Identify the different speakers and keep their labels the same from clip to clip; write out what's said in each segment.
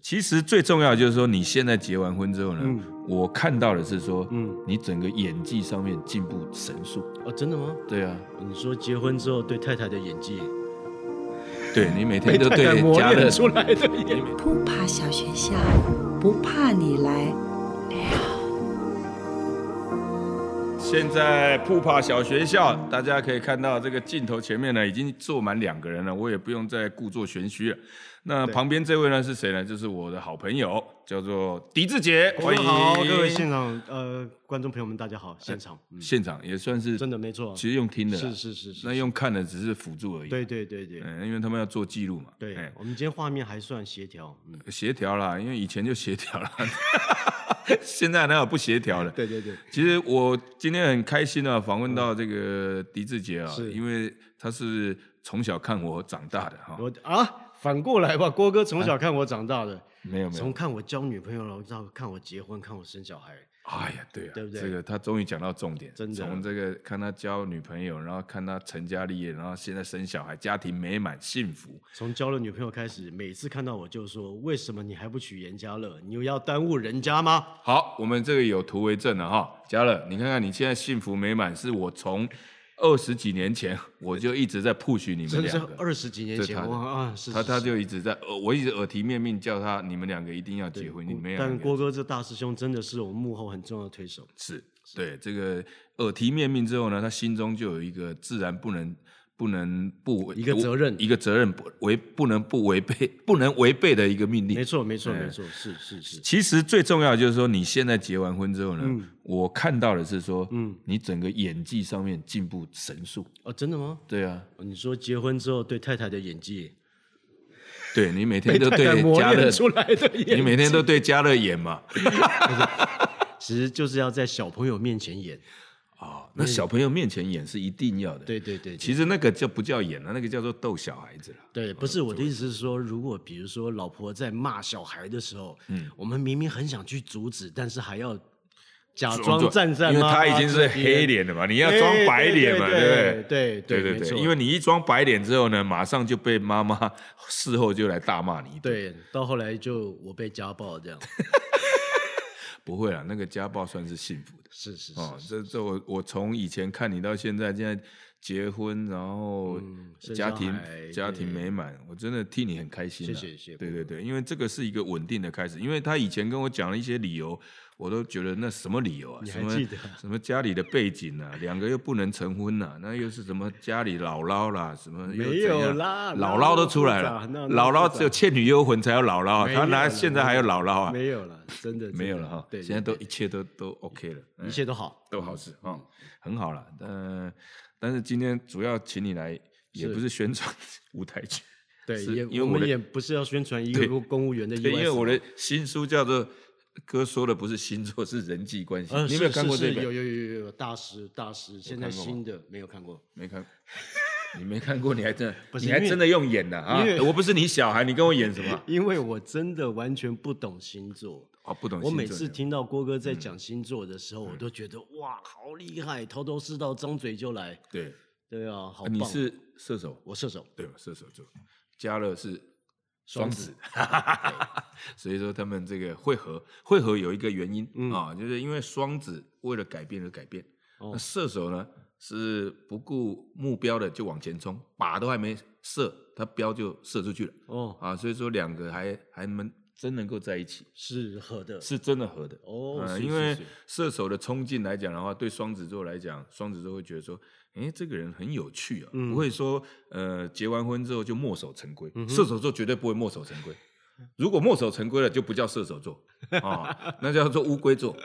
Speaker 1: 其实最重要的就是说，你现在结完婚之后呢，
Speaker 2: 嗯
Speaker 1: 我看到的是说，
Speaker 2: 嗯，
Speaker 1: 你整个演技上面进步神速。
Speaker 2: 哦，真的吗？
Speaker 1: 对啊，
Speaker 2: 你说结婚之后对太太的演技，
Speaker 1: 对你每
Speaker 2: 被
Speaker 1: 天都
Speaker 2: 太
Speaker 1: 对
Speaker 2: 太磨
Speaker 1: 家
Speaker 2: 练
Speaker 1: 人
Speaker 2: 出来的 演技，
Speaker 3: 不怕小学校，不怕你来。
Speaker 1: 现在普帕小学校，大家可以看到这个镜头前面呢，已经坐满两个人了，我也不用再故作玄虚了。那
Speaker 2: 对
Speaker 1: 旁边这位呢是谁呢？就是我的好朋友，叫做狄志杰，
Speaker 2: 欢
Speaker 1: 欢
Speaker 2: 迎
Speaker 1: 迎
Speaker 2: 哦好，各 位现场呃观众朋友们，大家好，现场，嗯，
Speaker 1: 现场也算是
Speaker 2: 真的哎没错，
Speaker 1: 其实用听的啦
Speaker 2: 是是是是，
Speaker 1: 那用看的只是辅助而已。
Speaker 2: 对对对对
Speaker 1: 嗯，因为他们要做记录嘛。
Speaker 2: 对
Speaker 1: 哎，
Speaker 2: 我们今天画面还算协调，嗯，
Speaker 1: 协调啦，因为以前就协调啦， 现在哪有不协调的？
Speaker 2: 对对对，
Speaker 1: 其实我今天很开心啊，访问到这个狄志杰啊，
Speaker 2: 是
Speaker 1: 因为他是从小看我长大的哈、
Speaker 2: 我啊反过来吧，郭哥从小看我长大的，
Speaker 1: 没有没
Speaker 2: 从
Speaker 1: 有，
Speaker 2: 看我交女朋友，然后到看我结婚，看我生小孩，
Speaker 1: 哎呀，对啊，
Speaker 2: 对不对
Speaker 1: 这个他终于讲到重点，
Speaker 2: 真的
Speaker 1: 从这个看他交女朋友，然后看他成家立业，然后现在生小孩，家庭美满幸福，
Speaker 2: 从交了女朋友开始，每次看到我就说：“为什么你还不娶严家乐？你又要耽误人家吗
Speaker 1: 好，我们这个有图为证了哈，嘉乐，你看看你现在幸福美满，是我从二十几年前我就一直在 push 你？”们
Speaker 2: 真的是
Speaker 1: 两个，
Speaker 2: 二十几年
Speaker 1: 这
Speaker 2: 前，
Speaker 1: 他的
Speaker 2: 我啊，是
Speaker 1: 他
Speaker 2: 是
Speaker 1: 他
Speaker 2: 是
Speaker 1: 就一直在，呃我一直耳提面命叫他，你们两个一定要结婚，你们两
Speaker 2: 但
Speaker 1: 个
Speaker 2: 郭哥这大师兄真的是我们幕后很重要的推手，
Speaker 1: 是对这个耳提面命之后呢，他心中就有一个自然不能不能不违
Speaker 2: 一个责任
Speaker 1: 一个责任不违不能不违背 不能违背的一个命令
Speaker 2: 没。错没错
Speaker 1: 哎
Speaker 2: 没错，是是是，
Speaker 1: 其实最重要的就是说，你现在结完婚之后呢，
Speaker 2: 嗯
Speaker 1: 我看到的是说，
Speaker 2: 嗯
Speaker 1: 你整个演技上面进步神速。
Speaker 2: 哦，真的吗？
Speaker 1: 对啊，
Speaker 2: 哦你说结婚之后对太太的演技，
Speaker 1: 对你每
Speaker 2: 被
Speaker 1: 天都
Speaker 2: 太太
Speaker 1: 对
Speaker 2: 磨
Speaker 1: 家
Speaker 2: 练
Speaker 1: 乐，
Speaker 2: 出来的演技，
Speaker 1: 你每天都对家乐演嘛。
Speaker 2: 其实就是要在小朋友面前演，
Speaker 1: 哦，
Speaker 2: 嗯
Speaker 1: 那小朋友面前演是一定要的。
Speaker 2: 对对对，对
Speaker 1: 其实那个就不叫演了，那个叫做逗小孩子了。
Speaker 2: 对，不
Speaker 1: 哦
Speaker 2: 是我的意思是说，如果比如说老婆在骂小孩的时候，嗯，我们明明很想去阻止，但是还要假啊装战战
Speaker 1: 因为
Speaker 2: 妈妈
Speaker 1: 他已经是
Speaker 2: 之间
Speaker 1: 黑，脸了嘛，你要
Speaker 2: 对
Speaker 1: 装白脸嘛，
Speaker 2: 哎对
Speaker 1: 不对？
Speaker 2: 对对
Speaker 1: 对对
Speaker 2: 没
Speaker 1: 对，
Speaker 2: 错
Speaker 1: 因为你一装白脸之后呢，马上就被妈妈事后就来大骂你一顿。
Speaker 2: 对到后来就我被家暴 这样，
Speaker 1: 不会啦，那个家暴算是幸福的。
Speaker 2: 是是是，
Speaker 1: 哦，这这我我从以前看你到现在，现在结婚，然后
Speaker 2: 嗯生
Speaker 1: 家
Speaker 2: 小
Speaker 1: 庭、
Speaker 2: 孩
Speaker 1: 家庭
Speaker 2: 对
Speaker 1: 美满，我真的替你很开心、啊。
Speaker 2: 谢谢谢谢嗯
Speaker 1: 对对对，因为这个是一个稳定的开始，因为他以前跟我讲了一些理由，我都觉得那什么理由啊？
Speaker 2: 你
Speaker 1: 什
Speaker 2: 还
Speaker 1: 么
Speaker 2: 记得啊
Speaker 1: 什么家里的背景啊？两个又不能成婚啊，那又是什么家里姥姥啦？什么又
Speaker 2: 没
Speaker 1: 怎
Speaker 2: 有
Speaker 1: 样姥
Speaker 2: 啦哪有那
Speaker 1: 姥
Speaker 2: 么
Speaker 1: 都出来
Speaker 2: 复杂
Speaker 1: 了，
Speaker 2: 哪有那么
Speaker 1: 姥姥
Speaker 2: 复杂
Speaker 1: 只有《倩女幽魂》才有姥姥啊，
Speaker 2: 没
Speaker 1: 他
Speaker 2: 有
Speaker 1: 哪
Speaker 2: 啦
Speaker 1: 现在还有姥姥啊？
Speaker 2: 没有了，真的
Speaker 1: 没有
Speaker 2: 真
Speaker 1: 了
Speaker 2: 的
Speaker 1: 哈，
Speaker 2: 对，
Speaker 1: 现在
Speaker 2: 对
Speaker 1: 都一切都都 OK 了，
Speaker 2: 对
Speaker 1: 嗯
Speaker 2: 一切都好，
Speaker 1: 都好事啊、很好了。呃，但是今天主要请你来，也
Speaker 2: 是
Speaker 1: 不是宣传舞台 剧，
Speaker 2: 对，
Speaker 1: 是
Speaker 2: 也
Speaker 1: 因为
Speaker 2: 我
Speaker 1: 我
Speaker 2: 们
Speaker 1: 的
Speaker 2: 也不是要宣传一
Speaker 1: 对
Speaker 2: 个公务员的意外
Speaker 1: 对，因为我
Speaker 2: 死
Speaker 1: 的新书叫做哥说的不是星座，是人际关系。
Speaker 2: 亡呃，
Speaker 1: 你有没
Speaker 2: 是
Speaker 1: 有看
Speaker 2: 是
Speaker 1: 过这
Speaker 2: 是
Speaker 1: 本？
Speaker 2: 有有有有有大师大师，现在
Speaker 1: 看过吗
Speaker 2: 新的没有看过。
Speaker 1: 没看。你没看过，你还真，
Speaker 2: 不是
Speaker 1: 你还
Speaker 2: 因为
Speaker 1: 真的用演的啊
Speaker 2: 因为！
Speaker 1: 我不是你小孩，你跟我演什么 啊？
Speaker 2: 因为我真的完全不懂星座。
Speaker 1: 哦，不懂星座。
Speaker 2: 我
Speaker 1: 嗯
Speaker 2: 每次听到郭哥在讲星座的时候，我都觉得哇，好厉害，头头是道，张嘴就来。
Speaker 1: 对，
Speaker 2: 对啊，好
Speaker 1: 啊
Speaker 2: 棒！
Speaker 1: 你是射手，
Speaker 2: 我射手，
Speaker 1: 对吧？射手座，加勒是双
Speaker 2: 双子
Speaker 1: 子，所以说他们这个会合，会合有一个原因啊、
Speaker 2: 嗯
Speaker 1: 就是因为双子为了改变而改变，
Speaker 2: 哦
Speaker 1: 那射手呢是不顾目标的就往前冲，靶都还没射，他标就射出去了
Speaker 2: 哦，
Speaker 1: 啊，所以说两个还还能真能够在一起，
Speaker 2: 是合的，
Speaker 1: 是真的合的。
Speaker 2: 哦，
Speaker 1: 呃
Speaker 2: 是
Speaker 1: 因为
Speaker 2: 是是
Speaker 1: 射手的冲劲来讲的话，对双子座来讲，双子座会觉得说，哎，这个人很有趣啊，
Speaker 2: 嗯
Speaker 1: 不会说，呃，结完婚之后就墨守成规。
Speaker 2: 嗯哼
Speaker 1: 射手座绝对不会墨守成规，如果墨守成规了，就不叫射手 座啊、那叫做乌龟座。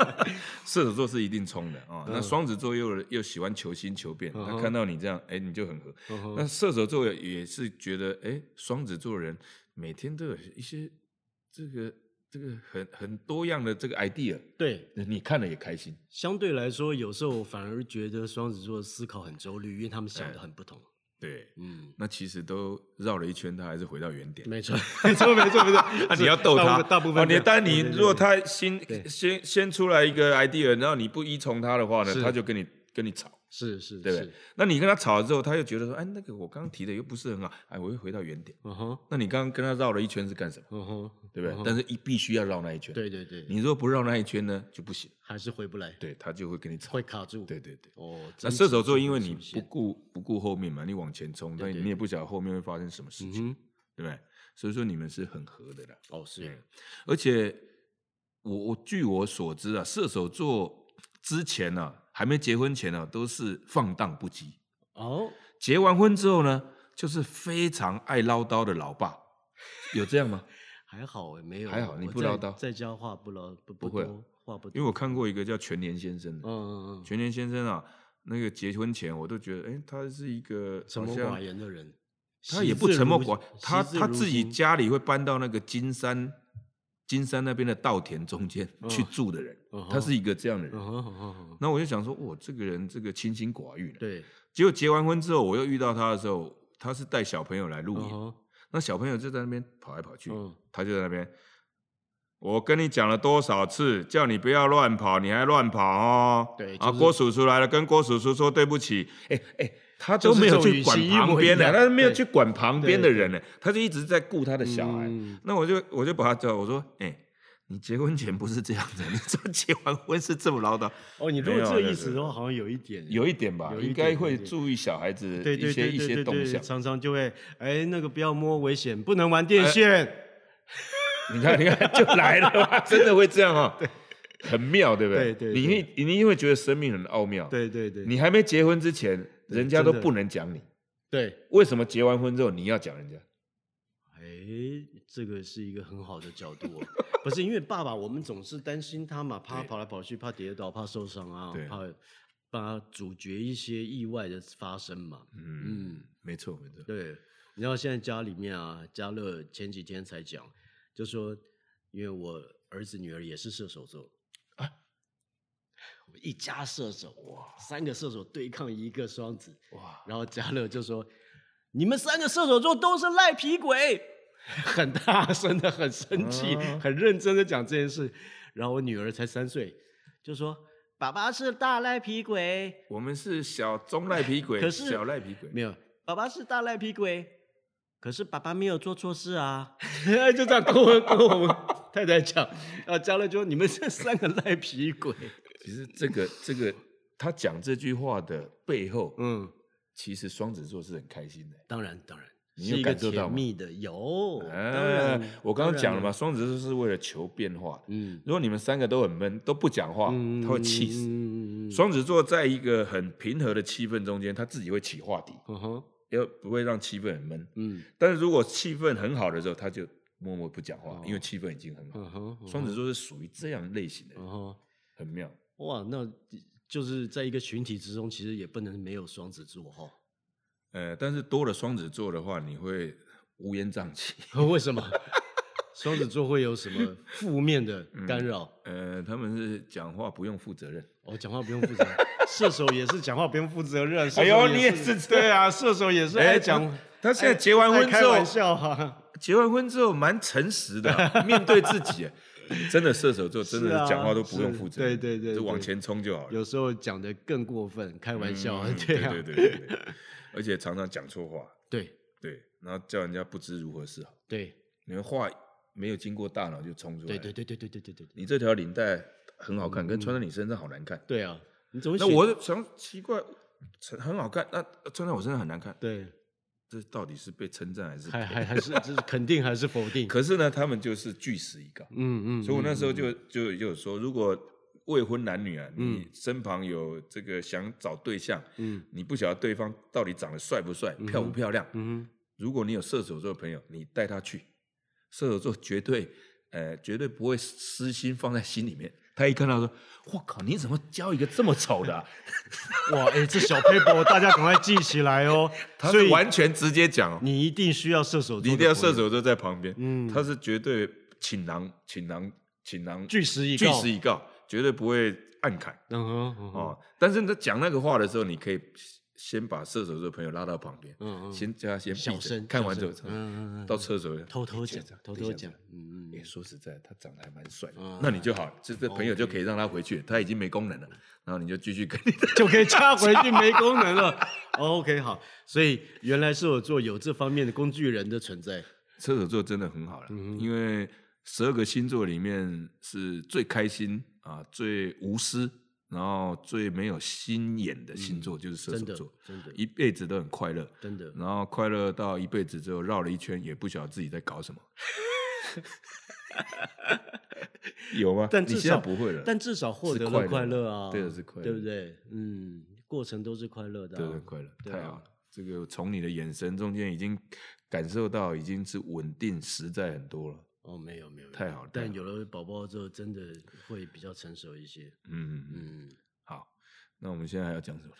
Speaker 1: 射手座是一定冲的啊、那双子座又又喜欢求新求变，
Speaker 2: 嗯
Speaker 1: 他
Speaker 2: 哼
Speaker 1: 看到你这样，哎，你就很合。
Speaker 2: 嗯哼
Speaker 1: 那射手座也是觉得，哎，双子座人每天都有一些这个这个很很多样的这个 idea，
Speaker 2: 对，
Speaker 1: 你看了也开心。
Speaker 2: 相对来说，有时候我反而觉得双子座思考很周虑，因为他们想的很不同。
Speaker 1: 对，
Speaker 2: 嗯，
Speaker 1: 那其实都绕了一圈，他还是回到原点。
Speaker 2: 没错， 没错，没错，没 错。
Speaker 1: 啊，
Speaker 2: 是
Speaker 1: 你要逗
Speaker 2: 大
Speaker 1: 他
Speaker 2: 部，分大部
Speaker 1: 哦
Speaker 2: 分这
Speaker 1: 你
Speaker 2: 样。
Speaker 1: 但你
Speaker 2: 对对
Speaker 1: 如果
Speaker 2: 对
Speaker 1: 他先
Speaker 2: 对
Speaker 1: 先先出来一个 idea，然后你不依从他的话呢，
Speaker 2: 是
Speaker 1: 他就跟你跟你吵。
Speaker 2: 是是，
Speaker 1: 对不对
Speaker 2: 是？？
Speaker 1: 那你跟他吵了之后，他又觉得说，哎，那个我刚刚提的又不是很好，哎，我又回到原点。
Speaker 2: 嗯哼，
Speaker 1: 那你刚刚跟他绕了一圈是干什么？
Speaker 2: 嗯哼，
Speaker 1: 对不对？
Speaker 2: 嗯哼
Speaker 1: 但是一必须要绕那一圈。，
Speaker 2: 对对对，
Speaker 1: 你如果不绕那一圈呢，就不行。
Speaker 2: 还是回不来，
Speaker 1: 对他就会跟你吵。
Speaker 2: 会卡住。
Speaker 1: 对对对。
Speaker 2: 哦，
Speaker 1: 那
Speaker 2: 真
Speaker 1: 射
Speaker 2: 是
Speaker 1: 手座
Speaker 2: 这
Speaker 1: 因为
Speaker 2: 种
Speaker 1: 你
Speaker 2: 出
Speaker 1: 不
Speaker 2: 现，嗯
Speaker 1: 顾不顾后面嘛，你往前冲，但
Speaker 2: 对
Speaker 1: 你也不晓得后面会发生什么事
Speaker 2: 嗯
Speaker 1: 情，
Speaker 2: 哼，
Speaker 1: 对不对？所以说你们是很合的啦。
Speaker 2: 哦是，
Speaker 1: 而且我我据我所知啊，射手座之前呢、啊，还没结婚前呢、啊，都是放荡不羁；
Speaker 2: 哦，
Speaker 1: 结完婚之后呢，就是非常爱唠叨的老爸。有这样吗？
Speaker 2: 还好哎，没有，
Speaker 1: 还好你
Speaker 2: 我
Speaker 1: 不
Speaker 2: 在
Speaker 1: 唠叨
Speaker 2: 在家话不唠不
Speaker 1: 不
Speaker 2: 不
Speaker 1: 会啊
Speaker 2: 多，话不
Speaker 1: 因
Speaker 2: 多，
Speaker 1: 为我看过一个叫全年先生的，
Speaker 2: 嗯嗯嗯，
Speaker 1: 全年先生啊，那个结婚前我都觉得，哎，他是一个
Speaker 2: 沉
Speaker 1: 好
Speaker 2: 默
Speaker 1: 像
Speaker 2: 寡言的人，
Speaker 1: 他
Speaker 2: 惜
Speaker 1: 也不
Speaker 2: 字
Speaker 1: 沉默
Speaker 2: 如
Speaker 1: 寡，他
Speaker 2: 惜字
Speaker 1: 他
Speaker 2: 如
Speaker 1: 自己
Speaker 2: 金
Speaker 1: 家里会搬到那个金山金山那边的稻田中间
Speaker 2: 嗯
Speaker 1: 去住的人，
Speaker 2: 嗯哼
Speaker 1: 他是一个这样的人。
Speaker 2: 嗯哼嗯哼嗯哼，
Speaker 1: 那我就想说，哇，这个人这个清心寡欲。，
Speaker 2: 对，
Speaker 1: 结果结完婚之后，我又遇到他的时候，他是带小朋友来露
Speaker 2: 嗯
Speaker 1: 营，
Speaker 2: 哼，
Speaker 1: 那小朋友就在那边跑来跑去，
Speaker 2: 嗯
Speaker 1: 他就在那边。我跟你讲了多少次，叫你不要乱跑，你还乱跑哦。
Speaker 2: 对
Speaker 1: 啊，
Speaker 2: 就是
Speaker 1: 郭叔叔来了，跟郭叔叔说对不起。哎哎，他都
Speaker 2: 就是
Speaker 1: 没
Speaker 2: 这
Speaker 1: 有
Speaker 2: 种
Speaker 1: 去
Speaker 2: 语
Speaker 1: 管
Speaker 2: 气一
Speaker 1: 旁
Speaker 2: 模一
Speaker 1: 边的，
Speaker 2: 样
Speaker 1: 他都没有
Speaker 2: 对
Speaker 1: 去管旁边的
Speaker 2: 对
Speaker 1: 人呢，他就一直在顾他的小孩。
Speaker 2: 嗯
Speaker 1: 那我就我就把他叫，我说，哎，你结婚前不是这样子，你这结完婚是这么唠叨，
Speaker 2: 哦，你如
Speaker 1: 没
Speaker 2: 果
Speaker 1: 有
Speaker 2: 这个
Speaker 1: 那
Speaker 2: 意思
Speaker 1: 个
Speaker 2: 的话，好像有一点，
Speaker 1: 有一点吧，
Speaker 2: 有一
Speaker 1: 应
Speaker 2: 点
Speaker 1: 该
Speaker 2: 有
Speaker 1: 会
Speaker 2: 一点
Speaker 1: 注意小孩子
Speaker 2: 对
Speaker 1: 一
Speaker 2: 对
Speaker 1: 些
Speaker 2: 对
Speaker 1: 一
Speaker 2: 对
Speaker 1: 些
Speaker 2: 对
Speaker 1: 动
Speaker 2: 对，
Speaker 1: 向。
Speaker 2: 常常就会，哎，那个不要摸，危险，不能玩电
Speaker 1: 哎
Speaker 2: 线。
Speaker 1: 你看，你看，就来了吧， 真的会这样啊、很妙，对不对？
Speaker 2: 对对
Speaker 1: 你会你一定会觉得生命很奥妙。，
Speaker 2: 对对对，
Speaker 1: 你还没结婚之前，人家都
Speaker 2: 真的
Speaker 1: 不能讲你，
Speaker 2: 对，
Speaker 1: 为什么结完婚之后你要讲人家？
Speaker 2: 哎，这个是一个很好的角度哦。不是因为爸爸，我们总是担心他嘛，怕他
Speaker 1: 对
Speaker 2: 跑来跑去，怕跌倒，怕受伤啊
Speaker 1: 对，
Speaker 2: 怕帮他阻绝一些意外的发生嘛。
Speaker 1: 嗯，
Speaker 2: 嗯，
Speaker 1: 没错，没错。
Speaker 2: 对，你知道现在家里面啊，家乐前几天才讲，就说因为我儿子女儿也是射手座
Speaker 1: 啊
Speaker 2: 我们一家射手哇，三个射手对抗一个双子，
Speaker 1: 哇，
Speaker 2: 然后家乐就说：“你们三个射手座都是赖皮鬼。” 很大声的、很生气、
Speaker 1: 啊
Speaker 2: 很认真的讲这件事。然后我女儿才三岁，就说：“爸爸是大赖皮鬼。”
Speaker 1: 我们是小中赖皮鬼，
Speaker 2: 可是
Speaker 1: 小赖皮鬼，
Speaker 2: 没有，爸爸是大赖皮鬼，可是爸爸没有做错事啊， 就这样跟我跟我们太太讲， 然后嘉乐就说你们这三个赖皮鬼，
Speaker 1: 其实这个这个他讲这句话的背后，
Speaker 2: 嗯，
Speaker 1: 其实双子座是很开心的。
Speaker 2: 当然当然，
Speaker 1: 你
Speaker 2: 是
Speaker 1: 有
Speaker 2: 一个
Speaker 1: 感受到
Speaker 2: 甜
Speaker 1: 吗
Speaker 2: 蜜的，有，当
Speaker 1: 哎
Speaker 2: 然，
Speaker 1: 我刚刚讲了嘛，
Speaker 2: 当然，
Speaker 1: 双子座是为了求变化的。
Speaker 2: 嗯，
Speaker 1: 如果你们三个都很闷，都不讲话，他会气死。
Speaker 2: 死，
Speaker 1: 双子座在一个很平和的气氛中间，他自己会起话题，
Speaker 2: 嗯哼，
Speaker 1: 要不会让气氛很闷。
Speaker 2: 嗯
Speaker 1: 但是如果气氛很好的时候，他就默默不讲话，
Speaker 2: 哦
Speaker 1: 因为气氛已经很好。
Speaker 2: 嗯哼，
Speaker 1: 双子座是属于这样类型的人，
Speaker 2: 嗯哼，
Speaker 1: 很妙。
Speaker 2: 哇，那就是在一个群体之中，其实也不能没有双子座哈，
Speaker 1: 呃，但是多了双子座的话，你会乌烟瘴气。
Speaker 2: 为什么？双子座会有什么负面的干扰？
Speaker 1: 呃，他们是讲话不用负责任。
Speaker 2: 我、哦讲话不用负责任， 射手也是讲话不用负责任。
Speaker 1: 哎呦
Speaker 2: 射手
Speaker 1: 你也是这
Speaker 2: 对啊，射手也是
Speaker 1: 哎
Speaker 2: 爱讲。
Speaker 1: 他他现在结完婚
Speaker 2: 爱开
Speaker 1: 之后
Speaker 2: 玩笑哈、啊，
Speaker 1: 结完婚之后蛮诚实的啊、面对自己。真的射手座真的
Speaker 2: 是啊
Speaker 1: 讲话都不用
Speaker 2: 是
Speaker 1: 负责任，
Speaker 2: 对对对
Speaker 1: 就往
Speaker 2: 对
Speaker 1: 前冲就好了。
Speaker 2: 有时候讲的更过分，开玩笑，
Speaker 1: 嗯
Speaker 2: 对啊，
Speaker 1: 对对对对对，而且常常讲错话，
Speaker 2: 对
Speaker 1: 对，然后叫人家不知如何是好，
Speaker 2: 对
Speaker 1: 你的话没有经过大脑就冲出来，
Speaker 2: 对嗯对，对对对对对对
Speaker 1: 你这条领带很好看，跟穿在你身上好难看，
Speaker 2: 对啊！你怎么
Speaker 1: 那
Speaker 2: 选
Speaker 1: 我就想奇怪，很很好看，那穿在我身上很难看，
Speaker 2: 对
Speaker 1: 这到底是被称赞还是？
Speaker 2: 还还还是这是肯定还是否定？
Speaker 1: 可是呢，他们就是据实以告，
Speaker 2: 嗯嗯，
Speaker 1: 所以我那
Speaker 2: 嗯
Speaker 1: 时候就就就有说，如果未婚男女啊，你身旁有这个想找对象，
Speaker 2: 嗯
Speaker 1: 你不晓得对方到底长得帅不帅、漂不漂亮，
Speaker 2: 嗯
Speaker 1: 如果你有射手座的朋友，你带他去，射手座绝对，呃，绝对不会私心放在心里面。他一看到说：“我靠，你怎么教一个这么丑 的啊、
Speaker 2: 哼，哇，哎、这 小 paper 大家赶快记起来哦。
Speaker 1: 他
Speaker 2: 所
Speaker 1: 是
Speaker 2: 以
Speaker 1: 完全直接讲哦，
Speaker 2: 你一定需要射手座，
Speaker 1: 你一定要射，手座在旁边，
Speaker 2: 嗯
Speaker 1: 他是绝对请囊请囊请囊
Speaker 2: 据实以
Speaker 1: 据
Speaker 2: 告，
Speaker 1: 实以告，绝对不会暗砍哦
Speaker 2: 嗯哼，嗯哼
Speaker 1: 哦。但是他讲那个话的时候，你可以先把射手座的朋友拉到旁边，
Speaker 2: 嗯嗯，
Speaker 1: 先叫他先
Speaker 2: 小
Speaker 1: 闭着
Speaker 2: 声
Speaker 1: 看
Speaker 2: 小
Speaker 1: 完之后
Speaker 2: 声，嗯嗯嗯，
Speaker 1: 到厕所
Speaker 2: 偷偷
Speaker 1: 等一
Speaker 2: 讲
Speaker 1: 下，
Speaker 2: 偷
Speaker 1: 等一
Speaker 2: 偷
Speaker 1: 下
Speaker 2: 讲，嗯嗯
Speaker 1: 也
Speaker 2: 嗯，
Speaker 1: 说实在，他长得还蛮帅的
Speaker 2: 嗯，
Speaker 1: 那你就好，这这朋友就可以让他回去，他已经没功能了，然后你就继续 跟你的
Speaker 2: 就可以插回去，没功能了。OK，好，哦所以原来是我做有这方面的工具人的存在。
Speaker 1: 射手座真的很好了，
Speaker 2: 嗯
Speaker 1: 因为十二个星座里面是最开心啊，最无私，然后最没有心眼嗯的星座 就是射
Speaker 2: 真
Speaker 1: 手
Speaker 2: 的
Speaker 1: 座，，
Speaker 2: 真的，
Speaker 1: 一辈子都很快乐，
Speaker 2: 真的，
Speaker 1: 然后快乐到一辈子之后绕了一圈也不晓得自己在搞 什么。有吗？
Speaker 2: 但
Speaker 1: 你
Speaker 2: 至
Speaker 1: 现在
Speaker 2: 少
Speaker 1: 不会了，
Speaker 2: 嗯但至少获得
Speaker 1: 是快
Speaker 2: 了
Speaker 1: 乐
Speaker 2: 快乐啊，
Speaker 1: 对的是快乐
Speaker 2: 对不对？嗯，过程都是快乐的、啊，
Speaker 1: 对，很快乐，
Speaker 2: 对
Speaker 1: 太
Speaker 2: 啊
Speaker 1: 好了。这个从你的眼神中间已经感受到，已经是稳定实在很多了。
Speaker 2: 哦，没有没有，
Speaker 1: 太好了太
Speaker 2: 但
Speaker 1: 好
Speaker 2: 有了宝宝之后，真的会比较成熟一些。
Speaker 1: 嗯嗯嗯，
Speaker 2: 嗯，
Speaker 1: 好，那我们现在还要讲什么？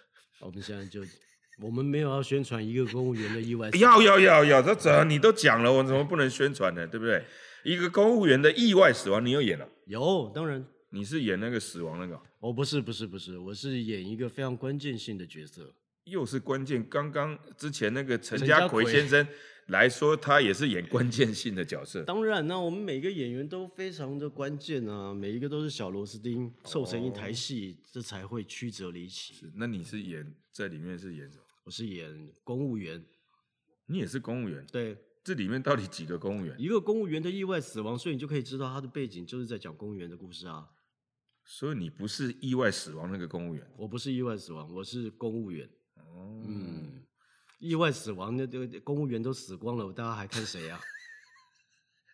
Speaker 2: 我们现在就， 我们没有要宣传一个公务员的意外死亡，
Speaker 1: 要要要要，这这你都讲了，我怎么不能宣传呢？对不对？一个公务员的意外死亡，你有演了？
Speaker 2: 有，当然，
Speaker 1: 你是演那个死亡那个哦，
Speaker 2: 哦，不是不是不是，我是演一个非常关键性的角色。
Speaker 1: 又是关键。刚刚之前那个陈
Speaker 2: 陈
Speaker 1: 家
Speaker 2: 家
Speaker 1: 奎
Speaker 2: 奎
Speaker 1: 先生来说，他也是演关键性的角色。
Speaker 2: 当然呢、我们每个演员都非常的关键啊，每一个都是小螺丝钉，凑成一台戏，这才会曲折离奇。
Speaker 1: 是那你是演在里面是演什么？
Speaker 2: 我是演公务员，
Speaker 1: 你也是公务员，
Speaker 2: 对，
Speaker 1: 这里面到底几个公务员？
Speaker 2: 一个公务员的意外死亡，所以你就可以知道他的背景就是在讲公务员的故事啊。
Speaker 1: 所以你不是意外死亡那个公务员
Speaker 2: 我不是意外死亡，我是公务员。
Speaker 1: 哦，
Speaker 2: 嗯，意外死亡那这个公务员都死光了，大家还看谁啊？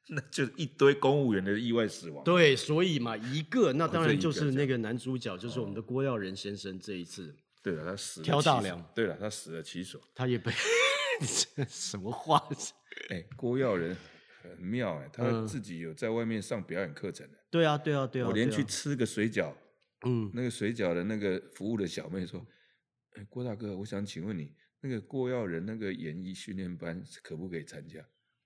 Speaker 1: 那就是一堆公务员的意外死亡。
Speaker 2: 对，所以嘛，一个那当
Speaker 1: 这
Speaker 2: 然
Speaker 1: 一
Speaker 2: 就
Speaker 1: 个
Speaker 2: 是
Speaker 1: 这
Speaker 2: 那个男主角，就是我们的郭耀仁先生。这一次
Speaker 1: 对了，他死了
Speaker 2: 挑大
Speaker 1: 其
Speaker 2: 梁
Speaker 1: 所。对了，他死了其所。
Speaker 2: 他也被 这什么话？
Speaker 1: 哎，郭耀仁很妙哎，他
Speaker 2: 嗯
Speaker 1: 自己有在外面上表演课程的。
Speaker 2: 对啊，对啊，对啊，
Speaker 1: 我连
Speaker 2: 对啊
Speaker 1: 去吃个水饺，
Speaker 2: 嗯，
Speaker 1: 那个水饺的那个服务的小妹说：“哎，郭大哥，我想请问你，那个郭耀仁那个演艺训练班可不可以参加？”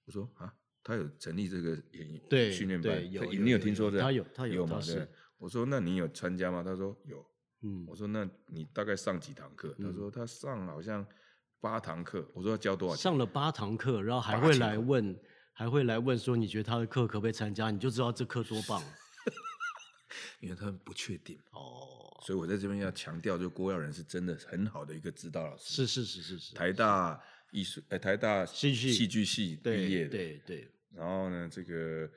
Speaker 1: 我说：“啊，他有成立这个演艺
Speaker 2: 对
Speaker 1: 训练
Speaker 2: 对
Speaker 1: 班，
Speaker 2: 有
Speaker 1: 他
Speaker 2: 有
Speaker 1: 你有
Speaker 2: 有
Speaker 1: 听
Speaker 2: 有
Speaker 1: 说的？
Speaker 2: 他有他有
Speaker 1: 有
Speaker 2: 他
Speaker 1: 吗？对
Speaker 2: 是。”
Speaker 1: 我说：“那你有参加吗？”他说：“有。”
Speaker 2: 嗯
Speaker 1: 我，说那你大概上几堂课？他
Speaker 2: 嗯
Speaker 1: 说他上好像八堂课。我说要教多少钱？
Speaker 2: 上了八堂课，然后还
Speaker 1: 八
Speaker 2: 会
Speaker 1: 千
Speaker 2: 来
Speaker 1: 块
Speaker 2: 问，还会来问说你觉得他的课可不可以参加？你就知道这课多 棒了
Speaker 1: 因为他们不确定，
Speaker 2: 哦！
Speaker 1: 所以我在这边要强调，就郭耀仁是真的很好的一个指导老师，
Speaker 2: 是是是是是，
Speaker 1: 台大艺术呃台大
Speaker 2: 戏剧
Speaker 1: 戏剧系
Speaker 2: 对
Speaker 1: 毕业的。
Speaker 2: 对对，
Speaker 1: 然后呢，这个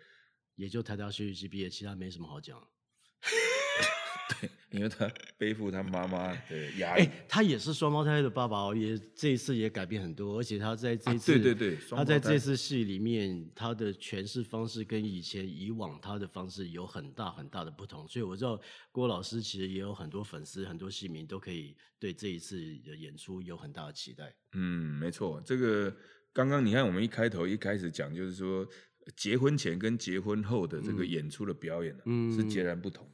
Speaker 2: 也就台大戏剧系毕业，其他没什么好讲。
Speaker 1: 因为他背负他妈妈的压
Speaker 2: 哎、
Speaker 1: 力，
Speaker 2: 他也是双胞胎的爸爸哦，也这一次也改变很多，而且他在这一
Speaker 1: 啊
Speaker 2: 次、
Speaker 1: 对对对双
Speaker 2: 他在
Speaker 1: 胞胎
Speaker 2: 这次戏里面，他的诠释方式跟以前以往他的方式有很大很大的不同，所以我知道郭老师其实也有很多粉丝、很多戏迷都可以对这一次的演出有很大的期待。
Speaker 1: 嗯，没错，这个刚刚你看我们一开头一开始讲，就是说结婚前跟结婚后的这个
Speaker 2: 嗯
Speaker 1: 演出的表演、啊
Speaker 2: 嗯
Speaker 1: 是截然不同的。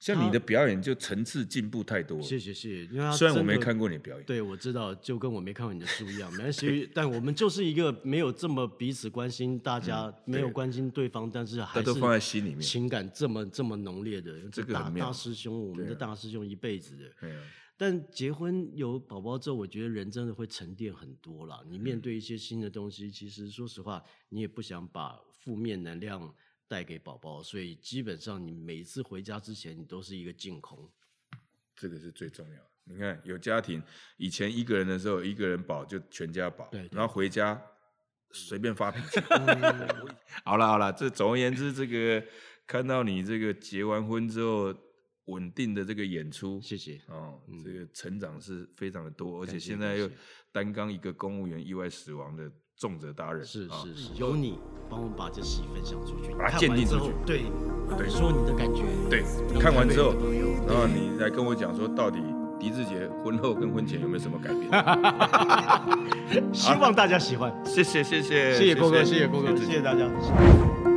Speaker 1: 像你
Speaker 2: 他
Speaker 1: 的表演就层次进步太多了，
Speaker 2: 谢谢谢谢，因为他
Speaker 1: 虽然我
Speaker 2: 真
Speaker 1: 没
Speaker 2: 的
Speaker 1: 看过你表演，
Speaker 2: 对，我知道，就跟我没看过你的书一样，没关系。但我们就是一个没有这么彼此关心，大家没有
Speaker 1: 嗯对
Speaker 2: 关心对方，但是还
Speaker 1: 但
Speaker 2: 是
Speaker 1: 都放在心里面
Speaker 2: 情感这么这么浓烈的。
Speaker 1: 这个
Speaker 2: 大
Speaker 1: 很妙
Speaker 2: 大师兄，我们
Speaker 1: 对
Speaker 2: 的
Speaker 1: 啊
Speaker 2: 大师兄一辈子的。
Speaker 1: 对啊，
Speaker 2: 但结婚有宝宝之后，我觉得人真的会沉淀很多啦。你
Speaker 1: 嗯
Speaker 2: 面对一些新的东西，其实说实话，你也不想把负面能量带给宝宝，所以基本上你每一次回家之前，你都是一个净空。
Speaker 1: 这个是最重要的。你看，有家庭以前一个人的时候，一个人保就全家保，
Speaker 2: 对对
Speaker 1: 然后回家随便发脾气。 好啦好啦，这总而言之，这个看到你这个结完婚之后稳定的这个演出，
Speaker 2: 谢谢。
Speaker 1: 哦，这个成长是非常的多，而且
Speaker 2: 嗯感谢
Speaker 1: 现在
Speaker 2: 感
Speaker 1: 又
Speaker 2: 谢
Speaker 1: 担纲一个公务员意外死亡的重责大任，
Speaker 2: 是
Speaker 1: 啊
Speaker 2: 是是，有你帮我们把这戏分享出去，
Speaker 1: 把它
Speaker 2: 看
Speaker 1: 鉴
Speaker 2: 完
Speaker 1: 定
Speaker 2: 之
Speaker 1: 出
Speaker 2: 后
Speaker 1: 去
Speaker 2: 对，
Speaker 1: 对
Speaker 2: 说你的感觉，
Speaker 1: 对
Speaker 2: 让，
Speaker 1: 看完之后
Speaker 2: 台北的朋友，
Speaker 1: 然后你来跟我讲说，到底狄志杰婚后跟婚前有没有什么改 变？
Speaker 2: 希望大家喜欢，
Speaker 1: 谢谢谢谢
Speaker 2: 谢谢郭哥，谢谢郭哥，谢谢大家。